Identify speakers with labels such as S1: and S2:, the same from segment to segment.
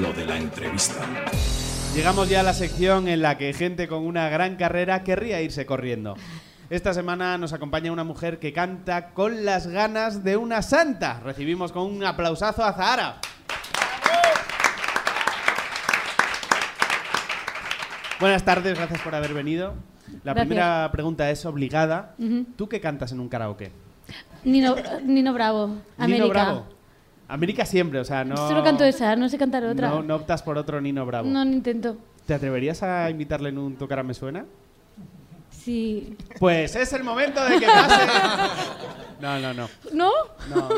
S1: Lo de la entrevista.
S2: Llegamos ya a la sección en la que gente con una gran carrera querría irse corriendo. Esta semana nos acompaña una mujer que canta con las ganas de una santa. Recibimos con un aplausazo a Zahara. Buenas tardes, gracias por haber venido. La
S3: Gracias.
S2: primera pregunta es obligada.
S3: Ujú.
S2: ¿Tú qué cantas en un karaoke?
S3: Nino, Nino Bravo, América.
S2: Nino Bravo. América siempre, o sea, no.
S3: Solo canto esa, no sé cantar otra.
S2: No, no optas por otro Nino Bravo.
S3: No, no intento.
S2: ¿Te atreverías a invitarle en un tocar a me suena?
S3: Sí.
S2: Pues es el momento de que pase. No, no, no.
S3: ¿No?
S2: no.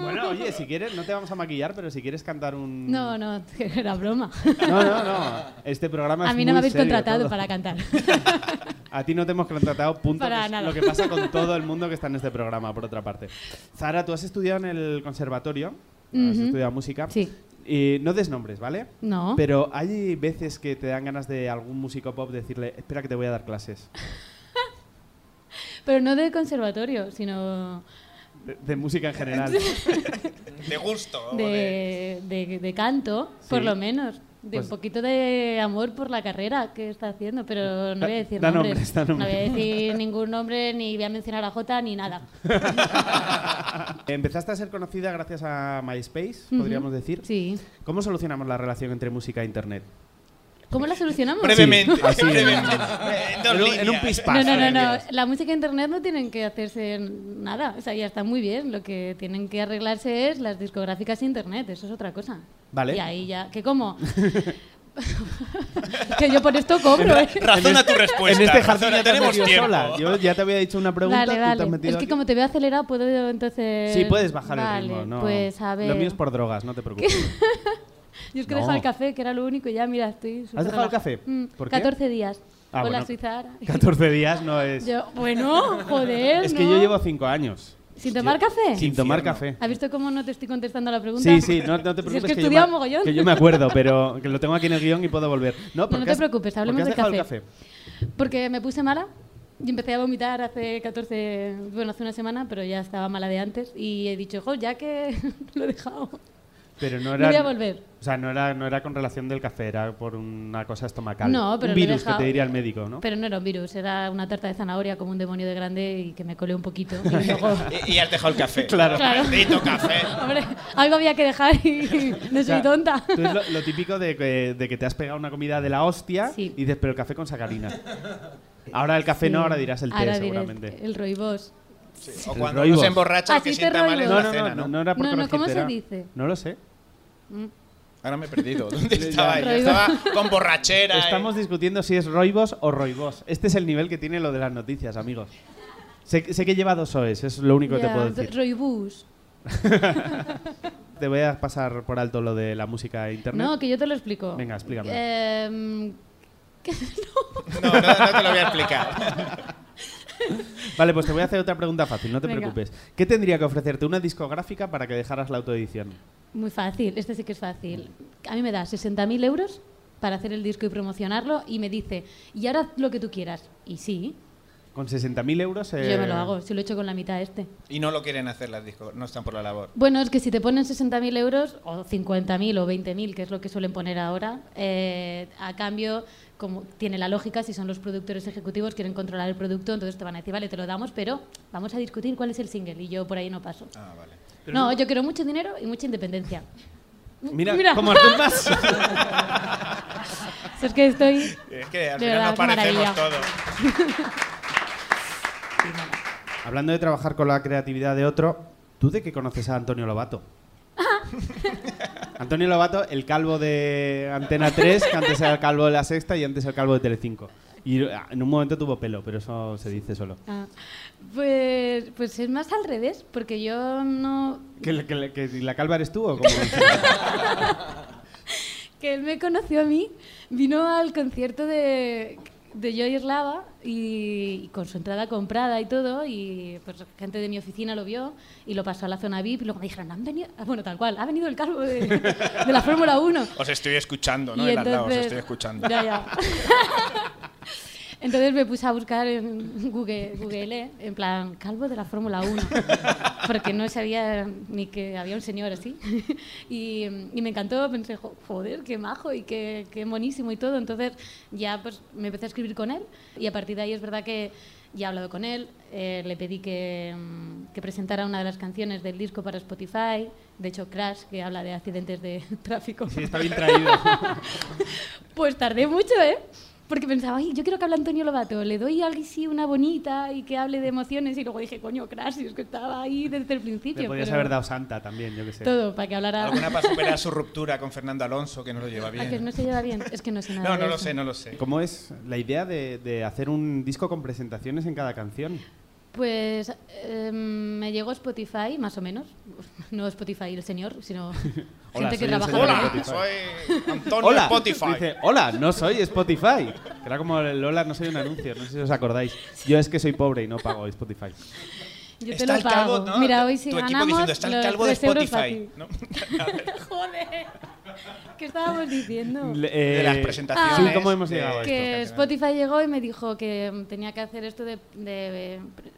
S2: Bueno, oye, si quieres, no te vamos a maquillar, pero si quieres cantar un.
S3: No, no, era broma.
S2: No, no, no. Este programa es
S3: A mí no
S2: muy
S3: me habéis
S2: serio
S3: contratado
S2: todo.
S3: para cantar.
S2: A ti no te hemos contratado, punto.
S3: Para
S2: que es
S3: nada.
S2: Lo que pasa con todo el mundo que está en este programa, por otra parte. Sara, tú has estudiado en el conservatorio, has
S3: Ujú.
S2: estudiado música.
S3: Sí.
S2: Y no des nombres, ¿vale?
S3: No.
S2: Pero hay veces que te dan ganas de algún músico pop decirle, espera que te voy a dar clases.
S3: Pero no de conservatorio, sino
S2: De, de música en general.
S4: De gusto. o
S3: de, de- de canto,
S2: Sí.
S3: por lo menos. De
S2: Pues-
S3: un poquito de amor por la carrera que está haciendo, pero no voy a decir
S2: Da nombres,
S3: nombres.
S2: da
S3: No voy a
S2: nombres.
S3: decir ningún nombre, ni voy a mencionar a Jota, ni nada.
S2: Empezaste a ser conocida gracias a MySpace,
S3: Ujú.
S2: podríamos decir.
S3: Sí.
S2: ¿Cómo solucionamos la relación entre música e internet?
S3: ¿Cómo la solucionamos?
S4: Brevemente.
S2: Sí, así es.
S4: brevemente. Eh, en dos
S2: En un-
S4: líneas.
S2: en un pispas.
S3: No, no, no,
S2: en
S3: no.
S2: líneas.
S3: La música e internet no tienen que hacerse nada. O sea, ya está muy bien. Lo que tienen que arreglarse es las discográficas e internet. Eso es otra cosa.
S2: Vale.
S3: Y ahí ya. ¿Que cómo? que yo por esto cobro, ¿eh?
S4: Razona tu respuesta.
S2: en este
S4: razona,
S2: jardín ya te has
S4: tenemos
S2: metido
S4: tiempo.
S2: sola. Yo ya te había dicho una pregunta.
S3: Dale,
S2: tú te has
S3: dale.
S2: metido
S3: Es que
S2: aquí.
S3: como te veo acelerado, puedo entonces.
S2: Sí, puedes bajar el
S3: Vale,
S2: ritmo. No.
S3: Pues a ver.
S2: Lo mío es por drogas, no te preocupes.
S3: Yo es que
S2: No.
S3: he dejado el café, que era lo único, y ya, mira, estoy. súper
S2: dejado el
S3: relajada.
S2: café?
S3: Mm,
S2: ¿Por qué?
S3: 14 días.
S2: Ah,
S3: Hola,
S2: bueno.
S3: soy Zara.
S2: 14 días no es.
S3: Yo, bueno, joder.
S2: es que
S3: ¿no?
S2: yo llevo 5 años
S3: ¿Sin tomar café?
S2: sin tomar café.
S3: ¿Has visto cómo no te estoy contestando la pregunta?
S2: Sí, sí, no, no te
S3: Si
S2: preocupes.
S3: es que,
S2: yo
S3: estudiaba
S2: me-
S3: mogollón.
S2: que yo me acuerdo, pero que lo tengo aquí en el guión y puedo volver. No, porque
S3: no te
S2: has-
S3: preocupes,
S2: porque
S3: hablemos
S2: has
S3: del
S2: dejado el
S3: café. Porque me puse mala y empecé a vomitar hace 14, bueno, hace una semana, pero ya estaba mala de antes y he dicho, jo, ya que lo he dejado.
S2: Pero no
S3: No
S2: era.
S3: voy a volver.
S2: O sea, no era, no era con relación del café, era por una cosa estomacal.
S3: No, pero
S2: Un
S3: lo he
S2: virus
S3: dejado.
S2: que te diría el médico, ¿no?
S3: Pero no era un virus, era una tarta de zanahoria como un demonio de grande y que me colé un poquito. Y luego,
S4: Y, y has dejado el café.
S2: Claro.
S3: Claro.
S4: Maldito café.
S3: hombre, algo había que dejar y no
S2: O sea,
S3: soy tonta.
S2: tú es lo, lo típico de que, de que te has pegado una comida de la hostia
S3: Sí.
S2: y dices, pero el café con sacarina. Ahora el café no, ahora dirás el té,
S3: Ahora diré el-
S2: seguramente.
S3: El roibos.
S4: O
S2: El
S4: cuando
S2: roibos.
S4: uno se emborracha, lo
S3: Así
S4: que
S3: te
S4: sienta mal es
S3: roibos.
S2: No,
S4: la
S2: no,
S4: cena,
S2: no,
S4: ¿no?
S2: no, era por
S3: No, no, ¿cómo se
S2: corregirte, era-
S3: dice?
S2: No lo sé.
S4: Ahora me he perdido. ¿Dónde estaba yo?
S3: Roibos.
S4: Estaba con borrachera. y-
S2: Estamos discutiendo si es roibos o roibos. Este es el nivel que tiene lo de las noticias, amigos. Sé, sé que lleva dos OEs, es lo único que te
S3: Ya,
S2: puedo decir.
S3: Roibus.
S2: Te voy a pasar por alto lo de la música e internet.
S3: No, que yo te lo explico.
S2: Venga, explícame.
S3: Em,
S4: No, no, no te lo voy a explicar.
S2: Vale, pues te voy a hacer otra pregunta fácil, no te
S3: Venga.
S2: preocupes. ¿Qué tendría que ofrecerte una discográfica para que dejaras la autoedición?
S3: Muy fácil, este sí que es fácil. A mí me da 60.000 euros para hacer el disco y promocionarlo y me dice, y ahora haz lo que tú quieras. Y sí,
S2: Con 60.000 euros... eh,
S3: yo me lo hago, si lo he hecho con la mitad este.
S4: Y no lo quieren hacer las discos, no están por la labor.
S3: Bueno, es que si te ponen 60.000 euros, o 50.000 o 20.000, que es lo que suelen poner ahora, eh, a cambio, como tiene la lógica, si son los productores ejecutivos, quieren controlar el producto, entonces te van a decir, vale, te lo damos, pero vamos a discutir cuál es el single. Y yo por ahí no paso.
S4: Ah, vale.
S3: No, yo quiero mucho dinero y mucha independencia.
S2: Mira,
S3: Mira.
S2: como Artumbas.
S3: Si es que estoy...
S4: Es que al
S3: De
S4: final
S3: verdad,
S4: nos
S3: qué
S4: parecemos
S3: maravilla.
S4: todos.
S2: Hablando de trabajar con la creatividad de otro, ¿tú de qué conoces a Antonio Lobato? Antonio Lobato, el calvo de Antena 3, que antes era el calvo de La Sexta y antes el calvo de Telecinco. Y ah, en un momento tuvo pelo, pero eso se dice solo.
S3: Ah, pues, pues es más al revés, porque yo no...
S2: ¿Que, que- que la calva eres tú o cómo?
S3: Que él me conoció a mí, vino al concierto de, de Joy Slava y, y con su entrada comprada y todo, y pues gente de mi oficina lo vio y lo pasó a la zona VIP y luego me dijeron, han venido... Ah, Bueno, tal cual, ha venido el calvo de, de la Fórmula 1.
S4: Os estoy escuchando, ¿no?
S3: Y
S4: El Arnau, os
S3: entonces-
S4: estoy escuchando.
S3: Ya, ya. Entonces me puse a buscar en Google, Google ¿eh? en plan, calvo de la Fórmula 1, porque no sabía ni que había un señor así. Y, y me encantó, pensé, "Jo- joder, qué majo y qué, qué monísimo y todo. Entonces ya pues me empecé a escribir con él y a partir de ahí es verdad que ya he hablado con él, eh, le pedí que, mm, que presentara una de las canciones del disco para Spotify, de hecho Crash, que habla de accidentes de tráfico.
S2: Sí, está bien traído.
S3: Pues tardé mucho, ¿eh? Porque pensaba, ay, yo quiero que hable Antonio Lobato, le doy algo así, una bonita y que hable de emociones. Y luego dije, coño, Crash, es que estaba ahí desde el principio.
S2: Le podrías
S3: pero
S2: haber dado santa también, yo qué sé.
S3: Todo, para que hablara.
S4: Alguna para superar su ruptura con Fernando Alonso, que no lo lleva
S3: Ah, que
S4: bien.
S3: no se lleva bien. Es que no sé nada.
S4: No,
S3: de
S4: no lo
S3: eso.
S4: sé, no lo sé.
S2: ¿Cómo es la idea de, de hacer un disco con presentaciones en cada canción?
S3: Pues em, me llegó Spotify, más o menos. No Spotify el señor, sino
S2: Hola,
S3: gente que
S2: soy el
S3: trabaja
S2: señor
S3: en
S2: de
S4: Hola,
S3: Spotify.
S2: Spotify.
S4: soy Antonio
S2: hola,
S4: Spotify.
S2: Dice, hola, no soy Spotify. Que Era como el hola, no soy un anuncio, no sé si os acordáis. Yo es que soy pobre y no pago Spotify.
S3: Yo te
S4: Está
S3: lo
S4: el calvo,
S3: pago.
S4: ¿no?
S3: Mira, hoy si
S4: tu equipo
S3: ganamos
S4: diciendo, está el
S3: los
S4: calvo de
S3: tres euros
S4: Spotify.
S3: para
S4: ¿no?
S3: ti. Joder. ¿Qué estábamos diciendo?
S2: Le-
S4: de las
S2: eh,
S4: presentaciones.
S2: Sí, ¿cómo hemos
S4: de-
S2: llegado a esto?
S3: que Spotify llegó y me dijo que mm, tenía que hacer esto de, de, eh, pre-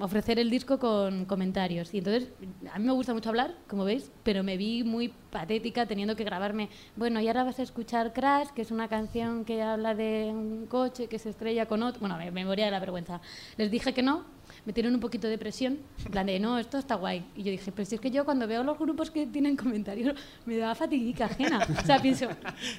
S3: ofrecer el disco con comentarios. Y entonces, a mí me gusta mucho hablar, como veis, pero me vi muy patética teniendo que grabarme. Bueno, y ahora vas a escuchar Crash, que es una canción que habla de un coche que se estrella con otro. Bueno, me, me moría de la vergüenza. Les dije que no. Me tienen un poquito de presión, en plan de, no, esto está guay. Y yo dije, pero si es que yo cuando veo los grupos que tienen comentarios, me da fatiguica ajena. O sea, pienso,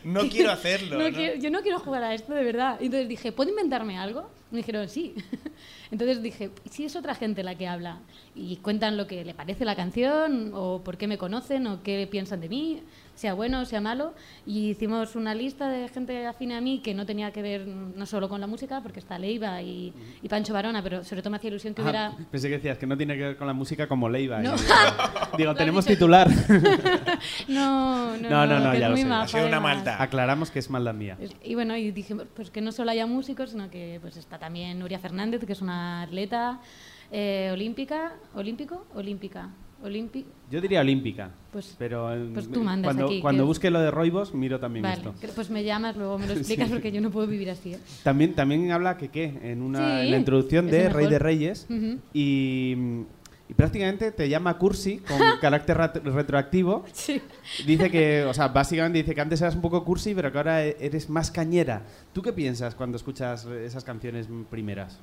S4: No quiero hacerlo.
S3: no
S4: ¿no?
S3: quiero- yo no quiero jugar a esto de verdad. Y entonces dije, ¿puedo inventarme algo? Me dijeron, sí. Entonces dije, si es otra gente la que habla y cuentan lo que le parece la canción o por qué me conocen o qué piensan de mí, sea bueno o sea malo. Y hicimos una lista de gente afín a mí que no tenía que ver no solo con la música, porque está Leiva y, y Pancho Barona, pero sobre todo me hacía ilusión que hubiera...
S2: Ah, pensé que decías que no tiene que ver con la música como Leiva.
S3: No.
S2: Y digo, digo,
S3: has
S2: tenemos
S3: dicho.
S2: titular.
S3: No, no,
S2: No, no,
S3: no,
S2: no,
S3: que es
S2: ya lo
S3: muy
S2: sé.
S3: majo,
S4: Ha sido una
S3: además.
S4: maldad.
S2: Aclaramos que es maldad mía.
S3: Es- Y bueno, y dije, pues que no solo haya músicos, sino que pues está también Nuria Fernández, que es una atleta eh, olímpica, olímpico, olímpica, olímpico.
S2: Yo diría olímpica.
S3: Pues-
S2: pero en-
S3: pues tú mandas
S2: cuando,
S3: aquí,
S2: cuando
S3: que-
S2: busque lo de Roibos, miro también
S3: Vale,
S2: esto.
S3: cre- pues me llamas, luego me lo explicas porque yo no puedo vivir así. ¿eh?
S2: También, también habla que qué, en, una,
S3: Sí,
S2: en la introducción
S3: es
S2: de
S3: lo
S2: Rey de
S3: mejor.
S2: Reyes.
S3: Ujú.
S2: y, y prácticamente te llama cursi con carácter rat- retroactivo.
S3: Sí.
S2: Dice que, o sea, básicamente dice que antes eras un poco cursi, pero que ahora e- eres más cañera. ¿Tú qué piensas cuando escuchas esas canciones primeras?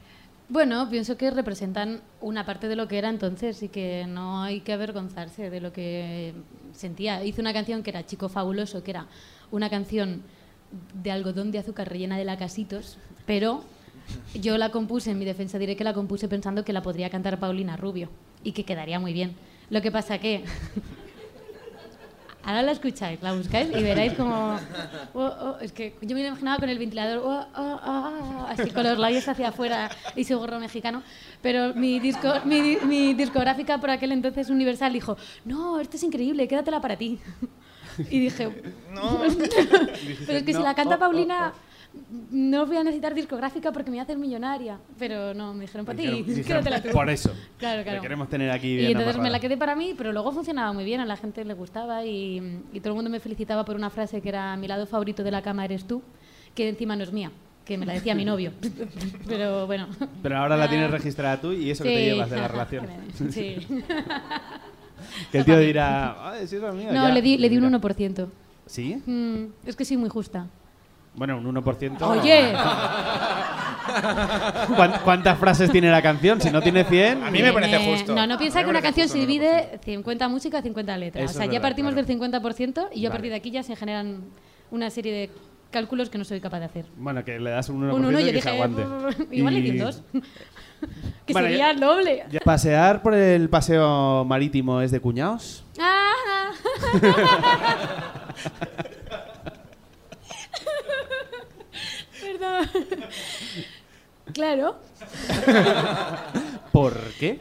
S3: Bueno, pienso que representan una parte de lo que era entonces y que no hay que avergonzarse de lo que sentía. Hice una canción que era Chico Fabuloso, que era una canción de algodón de azúcar rellena de lacasitos, pero yo la compuse, en mi defensa diré que la compuse pensando que la podría cantar Paulina Rubio y que quedaría muy bien. Lo que pasa que Ahora la escucháis, la buscáis y veréis como... oh, oh, es que yo me lo imaginaba con el ventilador, oh, oh, oh, así con los labios hacia afuera y su gorro mexicano. Pero mi, disco, mi, di- mi discográfica por aquel entonces Universal dijo, no, esto es increíble, quédatela para ti. Y dije,
S4: No.
S3: pero es que
S2: no,
S3: si la canta
S2: oh, oh,
S3: Paulina, no voy a necesitar discográfica porque me voy a hacer millonaria. Pero no, me dijeron para ti,
S2: Dijeron- dijeron,
S3: quédatela tú.
S2: Por eso.
S3: Claro,
S2: Te
S3: claro.
S2: queremos tener aquí bien
S3: Y entonces me
S2: amarrada.
S3: la quedé para mí, pero luego funcionaba muy bien, a la gente le gustaba y, y todo el mundo me felicitaba por una frase que era mi lado favorito de la cama eres tú, que encima no es mía, que me la decía mi novio. pero bueno.
S2: Pero ahora la tienes
S3: Ah.
S2: registrada tú y eso que te
S3: Sí.
S2: llevas de la relación.
S3: Sí.
S2: que el tío dirá, "Ay, sí, es la mía",
S3: No,
S2: ya.
S3: le di, le di un
S2: Mira.
S3: 1%.
S2: ¿Sí?
S3: Mm, es que soy muy justa.
S2: Bueno, un 1%.
S3: Oye,
S2: ¿Cuán- ¿Cuántas frases tiene la canción? Si no tiene 100.
S4: A mí me parece justo.
S3: No, no
S4: A
S3: piensa
S4: mí
S3: que
S4: me
S3: una
S4: parece
S3: canción
S4: justo,
S3: se
S4: no lo
S3: divide 50 música, 50 letras.
S2: Eso
S3: o sea,
S2: es
S3: ya
S2: verdad,
S3: partimos
S2: claro.
S3: del 50% y yo a
S2: Vale.
S3: partir de aquí ya se generan una serie de cálculos que no soy capaz de hacer.
S2: Bueno, que le das un 1%
S3: Un uno,
S2: y
S3: yo
S2: que
S3: dije,
S2: se aguante.
S3: igual le di
S2: Y-
S3: un dos. que
S2: Bueno,
S3: sería
S2: ya-
S3: el doble.
S2: Ya, ¿Pasear por el paseo marítimo es de cuñados?
S3: Ah, Perdón. Claro,
S2: ¿Por qué?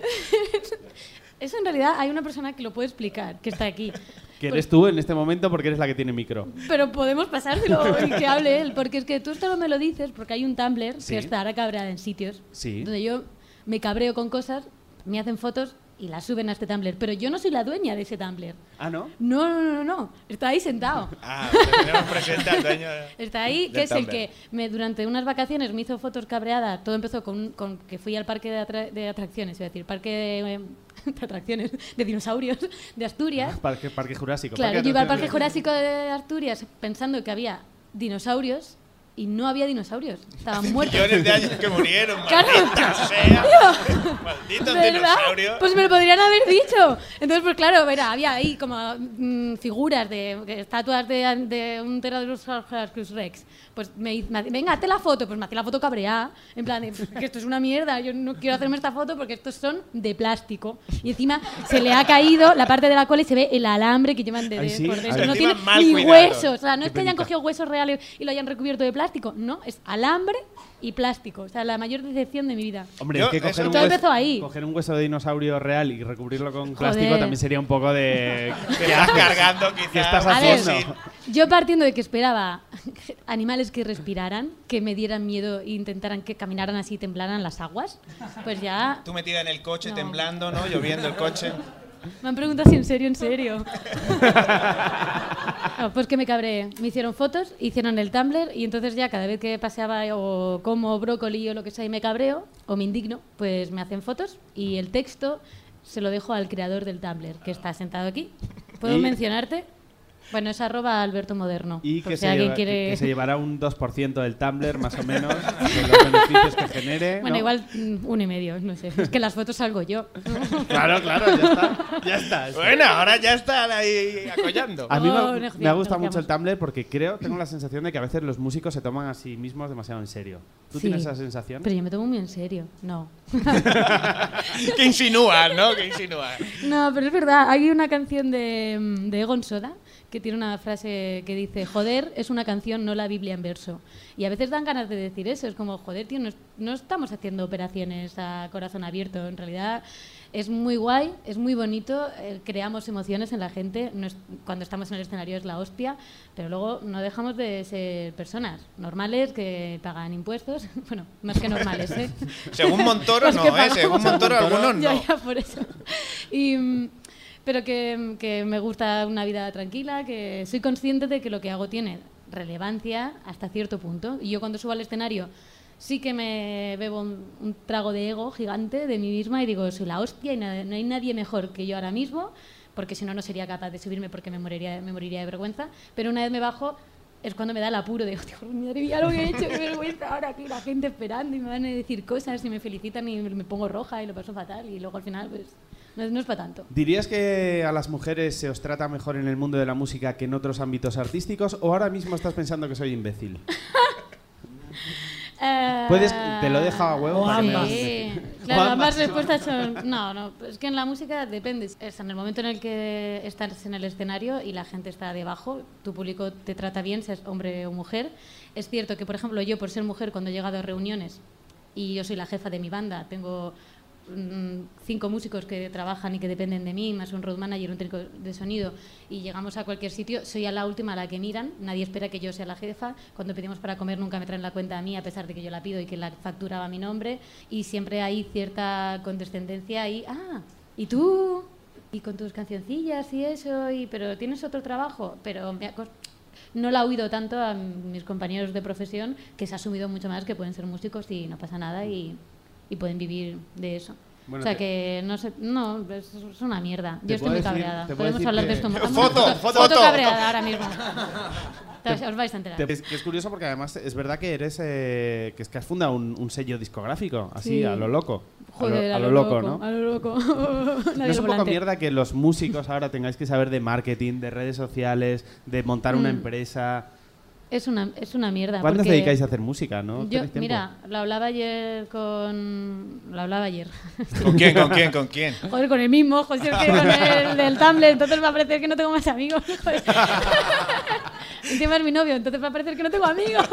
S3: eso en realidad hay una persona que lo puede explicar, que está aquí.
S2: Que
S3: Pues-
S2: eres tú en este momento porque eres la que tiene micro.
S3: Pero podemos pasárselo y que hable él, porque es que tú esto no me lo dices, porque hay un Tumblr
S2: Sí.
S3: que está ahora cabreada en sitios,
S2: Sí.
S3: donde yo me cabreo con cosas, me hacen fotos y la suben a este Tumblr. Pero yo no soy la dueña de ese Tumblr.
S2: Ah, ¿no?
S3: No, no, no, no, no. Está ahí sentado.
S4: Ah, te tenemos presentando, dueño.
S3: Está ahí,
S4: Del
S3: que es el
S4: Tumblr.
S3: que me, durante unas vacaciones me hizo fotos cabreada. Todo empezó con, con que fui al parque de, atra- de atracciones, es decir, parque de, em, de atracciones, de dinosaurios, de Asturias.
S2: Parque, parque Jurásico.
S3: Claro,
S2: parque
S3: yo iba al Parque
S2: atracciones.
S3: Jurásico de Asturias pensando que había dinosaurios y no había dinosaurios. Estaban muertos.
S4: Millones de años que murieron,
S3: Claro.
S4: maldita sea. Malditos
S3: ¿Verdad?
S4: dinosaurios.
S3: Pues me lo podrían haber dicho. Entonces, pues claro, verá, había ahí como mm, figuras de de estatuas de, de un Tyrannosaurus Rex. Pues me, hiz- me hace- venga, hazte la foto. Pues me hacía la foto cabreada. En plan, de, que esto es una mierda. Yo no quiero hacerme esta foto porque estos son de plástico. Y encima se le ha caído la parte de la cola y se ve el alambre que llevan de,
S2: Ay,
S3: de-
S2: sí,
S3: por
S2: ay.
S3: dentro. No
S4: Encima
S3: tiene
S4: mal
S3: ni
S4: cuidado.
S3: huesos. O sea, no
S2: Qué
S3: es que hayan
S2: penita.
S3: cogido huesos reales y lo hayan recubierto de plástico. No, es alambre y plástico. O sea, la mayor decepción de mi vida.
S2: Hombre,
S4: Yo-
S2: es que
S4: eso-
S2: coger un,
S3: Todo
S2: hueso,
S3: empezó ahí.
S2: coger un hueso de dinosaurio real y recubrirlo con
S3: Joder.
S2: plástico también sería un poco de...
S4: Te vas cargando quizás.
S2: ¿Qué estás
S3: A ver,
S2: haciendo?
S3: yo partiendo de que esperaba animales que respiraran, que me dieran miedo e intentaran que caminaran así y temblaran las aguas, pues ya
S4: Tú metida en el coche
S3: No.
S4: temblando, ¿no? Lloviendo el coche.
S3: me han preguntado si en serio, en serio. No, pues que me cabré. Me hicieron fotos, hicieron el Tumblr y entonces ya cada vez que paseaba o como brócoli o lo que sea y me cabreo o me indigno, pues me hacen fotos y el texto se lo dejo al creador del Tumblr, que está sentado aquí. ¿Puedo
S2: Y-
S3: mencionarte? Bueno, es arroba Alberto Moderno.
S2: Y
S3: por
S2: que
S3: si
S2: se,
S3: alguien
S2: lleva-
S3: quiere...
S2: que se llevará un 2% del Tumblr, más o menos, de los beneficios que genere. ¿no?
S3: Bueno, igual mm, un y medio, no sé. Es que las fotos salgo yo.
S2: Claro, claro, ya está. Ya está. es-
S4: Bueno, ahora ya están ahí acollando.
S2: A mí me,
S3: Oh,
S2: ha-
S3: negociamos,
S2: me ha gustado mucho el
S3: negociamos.
S2: Tumblr porque creo, tengo la sensación de que a veces los músicos se toman a sí mismos demasiado en serio. ¿Tú
S3: Sí.
S2: tienes esa sensación?
S3: Pero yo me tomo muy en serio. No.
S4: Que insinúa, ¿no? Que insinúa.
S3: No, pero es verdad. Hay una canción de, mm, de Egon Soda que tiene una frase que dice, joder, es una canción, no la Biblia en verso. Y a veces dan ganas de decir eso. Es como, joder, tío, no, es- no estamos haciendo operaciones a corazón abierto. En realidad es muy guay, es muy bonito, eh, creamos emociones en la gente. No es- cuando estamos en el escenario es la hostia, pero luego no dejamos de ser personas normales que pagan impuestos. Bueno, más que normales, ¿eh?
S4: Según Montoro,
S2: Pues
S3: Los
S4: no,
S3: Pues que
S4: ¿eh?
S3: pagamos.
S4: Según Montoro, algunos
S3: Ya,
S4: no.
S3: ya, por eso. Y, mm, pero que, que me gusta una vida tranquila, que soy consciente de que lo que hago tiene relevancia hasta cierto punto. Y yo cuando subo al escenario sí que me bebo un, un trago de ego gigante de mí misma y digo, soy la hostia y na- no hay nadie mejor que yo ahora mismo, porque si no, no sería capaz de subirme porque me moriría, me moriría de vergüenza. Pero una vez me bajo... Es cuando me da el apuro de, "Joder, madre mía, lo que he hecho, qué vergüenza ahora aquí la gente esperando y me van a decir cosas y me felicitan y me pongo roja y lo paso fatal y luego al final pues no, no es para tanto.
S2: ¿Dirías que a las mujeres se os trata mejor en el mundo de la música que en otros ámbitos artísticos o ahora mismo estás pensando que soy imbécil?
S3: Eh,
S2: Puedes- te lo dejo a huevo
S3: o
S2: para que me
S3: ambas.
S2: hagas
S3: Sí.
S2: decir.
S3: Claro,
S2: O
S3: ambas.
S2: ambas.
S3: respuestas son. No, no, es que en la música depende. Es en el momento en el que estás en el escenario y la gente está debajo, tu público te trata bien, seas hombre o mujer. Es cierto que, por ejemplo, yo por ser mujer, cuando he llegado a reuniones y yo soy la jefa de mi banda, tengo mm, cinco músicos que trabajan y que dependen de mí, más un road manager, un técnico de sonido, y llegamos a cualquier sitio, soy a la última a la que miran, nadie espera que yo sea la jefa, cuando pedimos para comer nunca me traen la cuenta a mí, a pesar de que yo la pido y que la factura va a mi nombre, y siempre hay cierta condescendencia y, ah, ¿y tú? Y con tus cancioncillas y eso, y, pero tienes otro trabajo, pero me ha cos- no la he oído tanto a mis compañeros de profesión, que se ha asumido mucho más que pueden ser músicos y no pasa nada y, y pueden vivir de eso.
S2: Bueno,
S3: o sea
S2: te-
S3: que no sé, no, es, es una mierda.
S2: Te
S3: Yo estoy
S2: puedo
S3: muy
S2: decir-
S3: cabreada.
S2: te puedo
S3: Podemos
S2: decir
S3: hablar de
S2: que-
S3: esto
S4: Eh,
S3: más.
S4: foto, foto, foto.
S3: cabreada ahora mismo. Entonces, Os vais a enterar.
S2: Te- es, que es curioso porque además es verdad que eres eh, que es que has fundado un, un sello discográfico así
S3: Sí.
S2: a lo loco A lo-
S3: Joder,
S2: a, lo, loco, no
S3: A lo loco.
S2: no
S3: Nadie
S2: es un poco
S3: al volante.
S2: mierda que los músicos ahora tengáis que saber de marketing de redes sociales de montar una
S3: Mm.
S2: empresa
S3: Es una, es una mierda.
S2: ¿cuándo os
S3: porque-
S2: dedicáis a hacer música no
S3: Yo,
S2: ¿Tenéis tiempo?
S3: mira, lo hablaba ayer con. Lo hablaba ayer.
S4: ¿Con quién, con quién, con quién?
S3: Joder, con el mismo, joder, si es que con el del Tumblr, entonces va a parecer que no tengo más amigos. joder. Encima es mi novio, entonces va a parecer que no tengo amigos.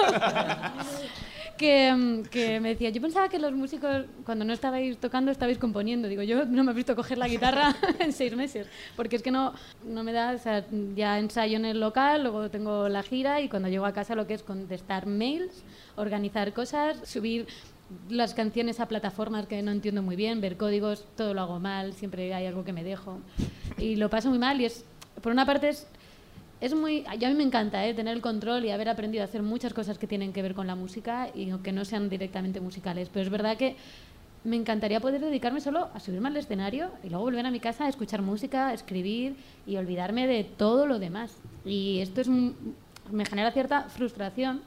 S3: Que, mm, que me decía, yo pensaba que los músicos, cuando no estabais tocando, estabais componiendo. Digo, yo no me he visto coger la guitarra en seis meses, porque es que no, no me da, o sea, ya ensayo en el local, luego tengo la gira y cuando llego a casa lo que es contestar mails, organizar cosas, subir las canciones a plataformas que no entiendo muy bien, ver códigos, todo lo hago mal, siempre hay algo que me dejo. Y lo paso muy mal y es, por una parte es, es muy, y a mí me encanta ¿eh? tener el control y haber aprendido a hacer muchas cosas que tienen que ver con la música y que no sean directamente musicales, pero es verdad que me encantaría poder dedicarme solo a subirme al escenario y luego volver a mi casa a escuchar música, a escribir y olvidarme de todo lo demás. Y esto es, un- me genera cierta frustración.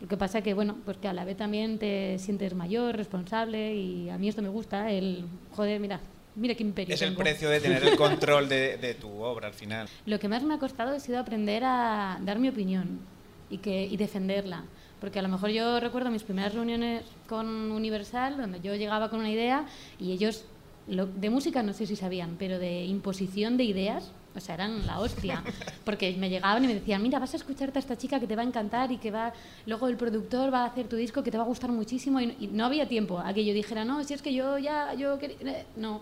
S3: Lo que pasa que, bueno, pues que a la vez también te sientes mayor, responsable y a mí esto me gusta, el, joder, mira, mira qué imperio.
S4: Es el
S3: tengo.
S4: precio de tener el control de, de tu obra al final.
S3: Lo que más me ha costado ha sido aprender a dar mi opinión y, que, y defenderla. Porque a lo mejor yo recuerdo mis primeras reuniones con Universal, donde yo llegaba con una idea y ellos, lo- de música no sé si sabían, pero de imposición de ideas, o sea, eran la hostia. Porque me llegaban y me decían, mira, vas a escucharte a esta chica que te va a encantar y que va, luego el productor va a hacer tu disco que te va a gustar muchísimo. Y, y no había tiempo a que yo dijera, no, si es que yo ya, yo quería... eh", No.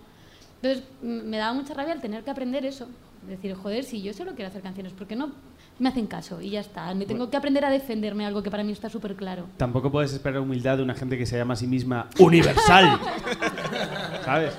S3: Entonces m- me daba mucha rabia el tener que aprender eso. Decir, joder, si yo solo quiero hacer canciones, ¿por qué no me hacen caso? Y ya está. Me tengo que aprender a defenderme algo que para mí está súper claro.
S2: Tampoco puedes esperar humildad de una gente que se llama a sí misma universal. ¿Sabes?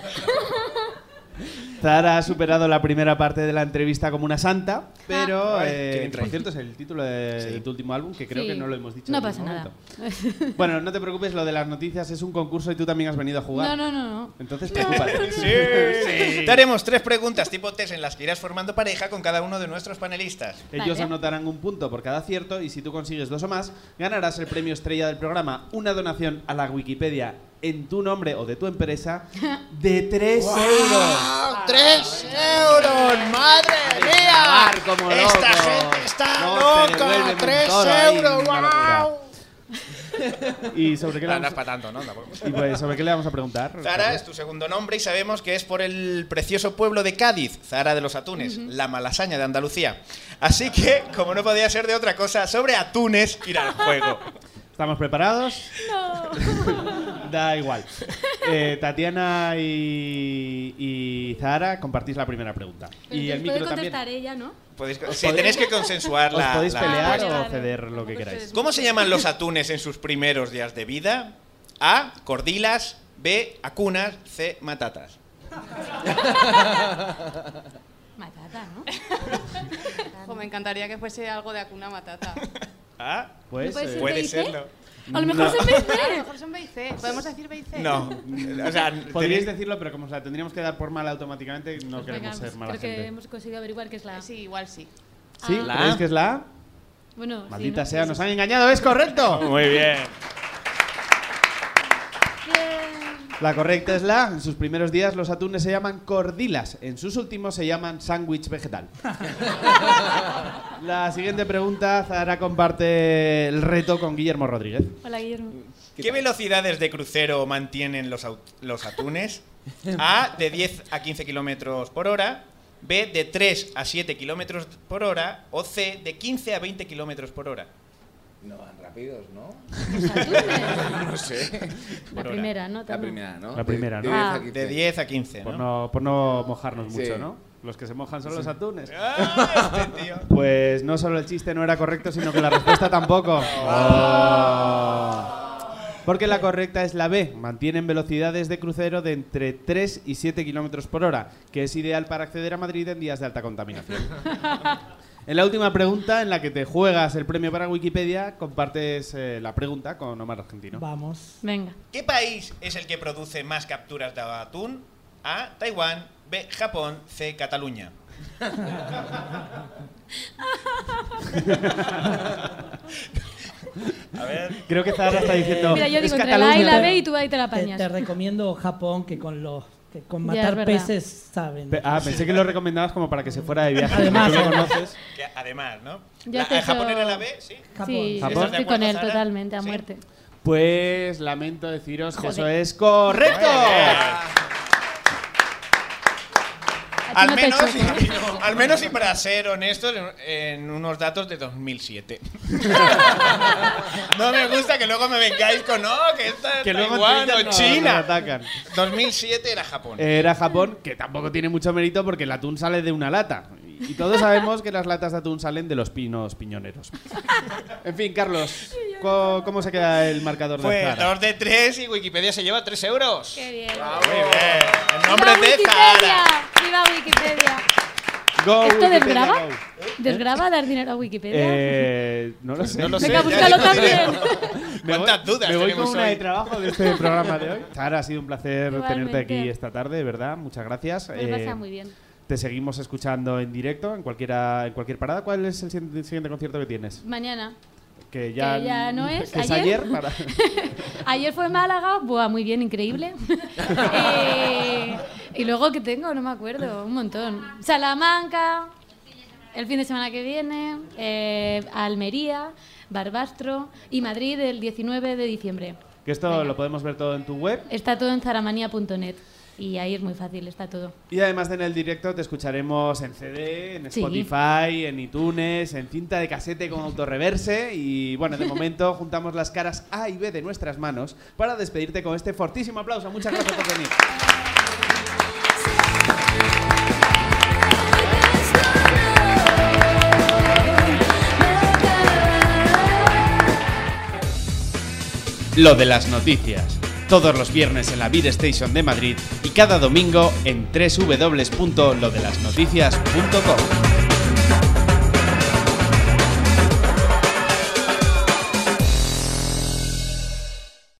S2: Zara ha superado la primera parte de la entrevista como una santa, pero
S4: Ah. Ay,
S2: eh,
S4: qué bien traído.
S2: por cierto es el título de, de tu último álbum, que creo
S3: Sí.
S2: que no lo hemos dicho.
S3: No
S2: en
S3: pasa
S2: ningún
S3: nada.
S2: momento. Bueno, no te preocupes, lo de las noticias es un concurso y tú también has venido a jugar.
S3: No, no, no, no.
S2: Entonces, preocúpate.
S4: Te haremos tres preguntas tipo test en las que irás formando pareja con cada uno de nuestros panelistas.
S2: Ellos
S3: Vale.
S2: anotarán un punto por cada acierto y si tú consigues dos o más, ganarás el premio estrella del programa, una donación a la Wikipedia en tu nombre o de tu empresa de 3 euros.
S4: ¡Tres euros! ¡Madre mía!
S2: Acabar como
S4: ¡Esta
S2: loco.
S4: gente está
S2: No, te
S4: loca!
S2: devuelven un
S4: ¡Tres
S2: toro ahí,
S4: euros!
S2: una
S4: ¡Guau!
S2: ¿Y sobre qué
S4: No,
S2: le
S4: no
S2: vamos
S4: es para tanto, ¿no? Tampoco.
S2: a, y, pues, sobre qué le vamos a preguntar?
S4: Zara es tu segundo nombre y sabemos que es por el precioso pueblo de Cádiz, Zara de los Atunes, la malasaña de Andalucía. Así que, como no podía ser de otra cosa, sobre atunes irá el juego.
S2: ¿Estamos preparados? No. da igual. Eh, Tatiana y, y Zara compartís la primera pregunta. y el micro también.
S3: contestar ella, ¿no?
S4: Podéis,
S2: Os
S4: sí,
S2: podéis-
S4: tenéis que consensuar
S2: Os
S4: la,
S2: podéis
S4: la-
S2: pelear
S3: Ah, vale,
S2: o
S3: vale.
S2: ceder lo que
S3: Tampoco
S2: queráis.
S3: ustedes.
S4: ¿Cómo se llaman los atunes en sus primeros días de vida? A. Cordilas. B. Acunas. C. Matatas.
S3: Matata, ¿no?
S1: Jo, me encantaría que fuese algo de Akuna Matata.
S4: ¿Ah?
S2: Pues,
S3: puede
S2: eh,
S3: ser
S4: Puede
S3: B y C?
S4: serlo.
S3: A lo mejor
S2: No.
S3: se
S1: A lo
S3: me
S1: mejor son BIC. ¿Podemos decir BIC?
S4: No. O sea,
S2: Podríais
S4: tenéis-
S2: decirlo, pero como os la tendríamos que dar por mala automáticamente, no queremos ser mala
S3: pues creo que
S2: gente.
S3: hemos conseguido averiguar que es la...
S1: Sí, igual sí.
S2: ¿Sí?
S3: Ah.
S2: ¿La ¿Creéis
S4: A.
S2: que es la A?
S3: Bueno, sí,
S2: Maldita
S3: ¿no?
S2: sea,
S3: Sí,
S2: nos
S3: sí.
S2: han engañado, es correcto.
S4: Muy bien.
S2: La correcta es la A. En sus primeros días los atunes se llaman cordilas, en sus últimos se llaman sándwich vegetal. La siguiente pregunta, Zara comparte el reto con Guillermo Rodríguez.
S3: Hola, Guillermo.
S4: ¿Qué velocidades de crucero mantienen los, aut- los atunes? A, de 10 a 15 kilómetros por hora. B, de 3 a 7 kilómetros por hora. O C, de 15 a 20 kilómetros por hora.
S5: No van rápidos, ¿no?
S3: Los atunes.
S5: No sé.
S3: La
S4: hora.
S3: primera, ¿no?
S5: La
S3: También.
S5: primera, ¿no?
S2: La primera,
S5: De-
S2: ¿no?
S5: de
S3: Ah.
S5: 10 a 15.
S4: De 10 a 15,
S2: Por
S4: Pues ¿no?
S2: no, por no mojarnos
S5: Sí.
S2: mucho, ¿no? Los que se mojan son los atunes.
S4: Ah, este tío.
S2: Pues no solo el chiste no era correcto, sino que la respuesta tampoco. Porque la correcta es la B. Mantienen velocidades de crucero de entre 3 y 7 kilómetros por hora, que es ideal para acceder a Madrid en días de alta contaminación. En la última pregunta, en la que te juegas el premio para Wikipedia, compartes eh, la pregunta con Omar Argentino.
S6: Vamos.
S3: Venga.
S4: ¿Qué país es el que produce más capturas de atún? A, Taiwán. B, Japón. C, Cataluña. a ver.
S2: Creo que Zara está diciendo.
S3: Mira, yo
S2: "Es
S3: digo entre la A y
S2: Cataluña".
S3: la B y tú ahí te la
S6: Te,
S3: apañas.
S6: te recomiendo Japón, que con los que con
S3: Ya, es
S6: matar
S3: verdad.
S6: peces saben.
S2: Pe- Ah, pensé que lo recomendabas como para que se fuera de viaje.
S6: Además.
S2: ¿Tú lo conoces?
S4: Que además, ¿no?
S3: Ya
S4: La-
S3: te he hecho-
S4: Japón era la B, sí.
S6: Japón.
S3: Sí,
S2: Japón.
S3: yo estoy con
S4: ¿Estás de acuerdo,
S3: él
S4: Sara?
S3: totalmente, a
S4: Sí.
S3: muerte.
S2: Pues lamento deciros que
S3: Joder.
S2: eso es correcto.
S3: A ti
S4: Al
S3: no te
S4: menos,
S3: choca.
S4: al menos y para ser honestos, en en unos datos de 2007. no me gusta que luego me vengáis con, no, que esta es
S2: Que luego en
S4: Taiwán
S2: Twitter
S4: o
S2: nos-
S4: China.
S2: nos atacan.
S4: 2007 era Japón.
S2: Eh, Era Japón, que tampoco tiene mucho mérito porque el atún sale de una lata. Y Y todos sabemos que las latas de atún salen de los pinos piñoneros. En fin, Carlos, co- ¿cómo se queda el marcador de
S4: Pues
S2: Zara?
S4: 2 de 3 y Wikipedia se lleva 3 euros. Ah,
S3: Qué bien.
S4: Muy bien. En nombre
S3: ¡Viva
S4: de
S3: Wikipedia!
S4: Zara.
S3: ¡Viva Wikipedia!
S2: Go,
S3: ¿Esto
S2: Wikipedia,
S3: desgraba?
S2: go.
S3: ¿Desgraba dar dinero a Wikipedia?
S2: Eh, no lo sé.
S4: Pues No lo sé.
S3: Venga,
S4: ya
S3: búscalo
S4: digo
S3: también.
S4: directo. ¿Cuántas dudas
S2: Me voy con
S4: tenemos
S2: una de
S4: hoy?
S2: trabajo de este programa de hoy. Sara, ha sido un placer tenerte
S3: Igualmente.
S2: aquí esta tarde, de verdad. Muchas gracias.
S3: Me lo he
S2: Eh,
S3: pasado muy bien.
S2: Te seguimos escuchando en directo, en cualquiera, en cualquier parada. ¿Cuál es el siguiente siguiente concierto que tienes?
S3: Mañana.
S2: Que ya,
S3: Que ya no es,
S2: que
S3: ¿ayer?
S2: ayer para-
S3: Ayer fue Málaga, buah, muy bien, increíble. Eh, y luego que tengo, no me acuerdo, un montón. Salamanca, el fin de semana que viene, eh, Almería, Barbastro y Madrid el 19 de diciembre.
S2: que esto lo podemos ver todo en tu web.
S3: Está todo en zaramanía.net y ahí es muy fácil, está todo.
S2: Y además de en el directo te escucharemos en CD, en
S3: Sí.
S2: Spotify, en iTunes, en cinta de casete con autorreverse y bueno, de momento juntamos las caras A y B de nuestras manos para despedirte con este fortísimo aplauso. Muchas gracias por venir. Lo de las noticias. Todos los viernes en la Beer Station de Madrid y cada domingo en www.lodelasnoticias.com.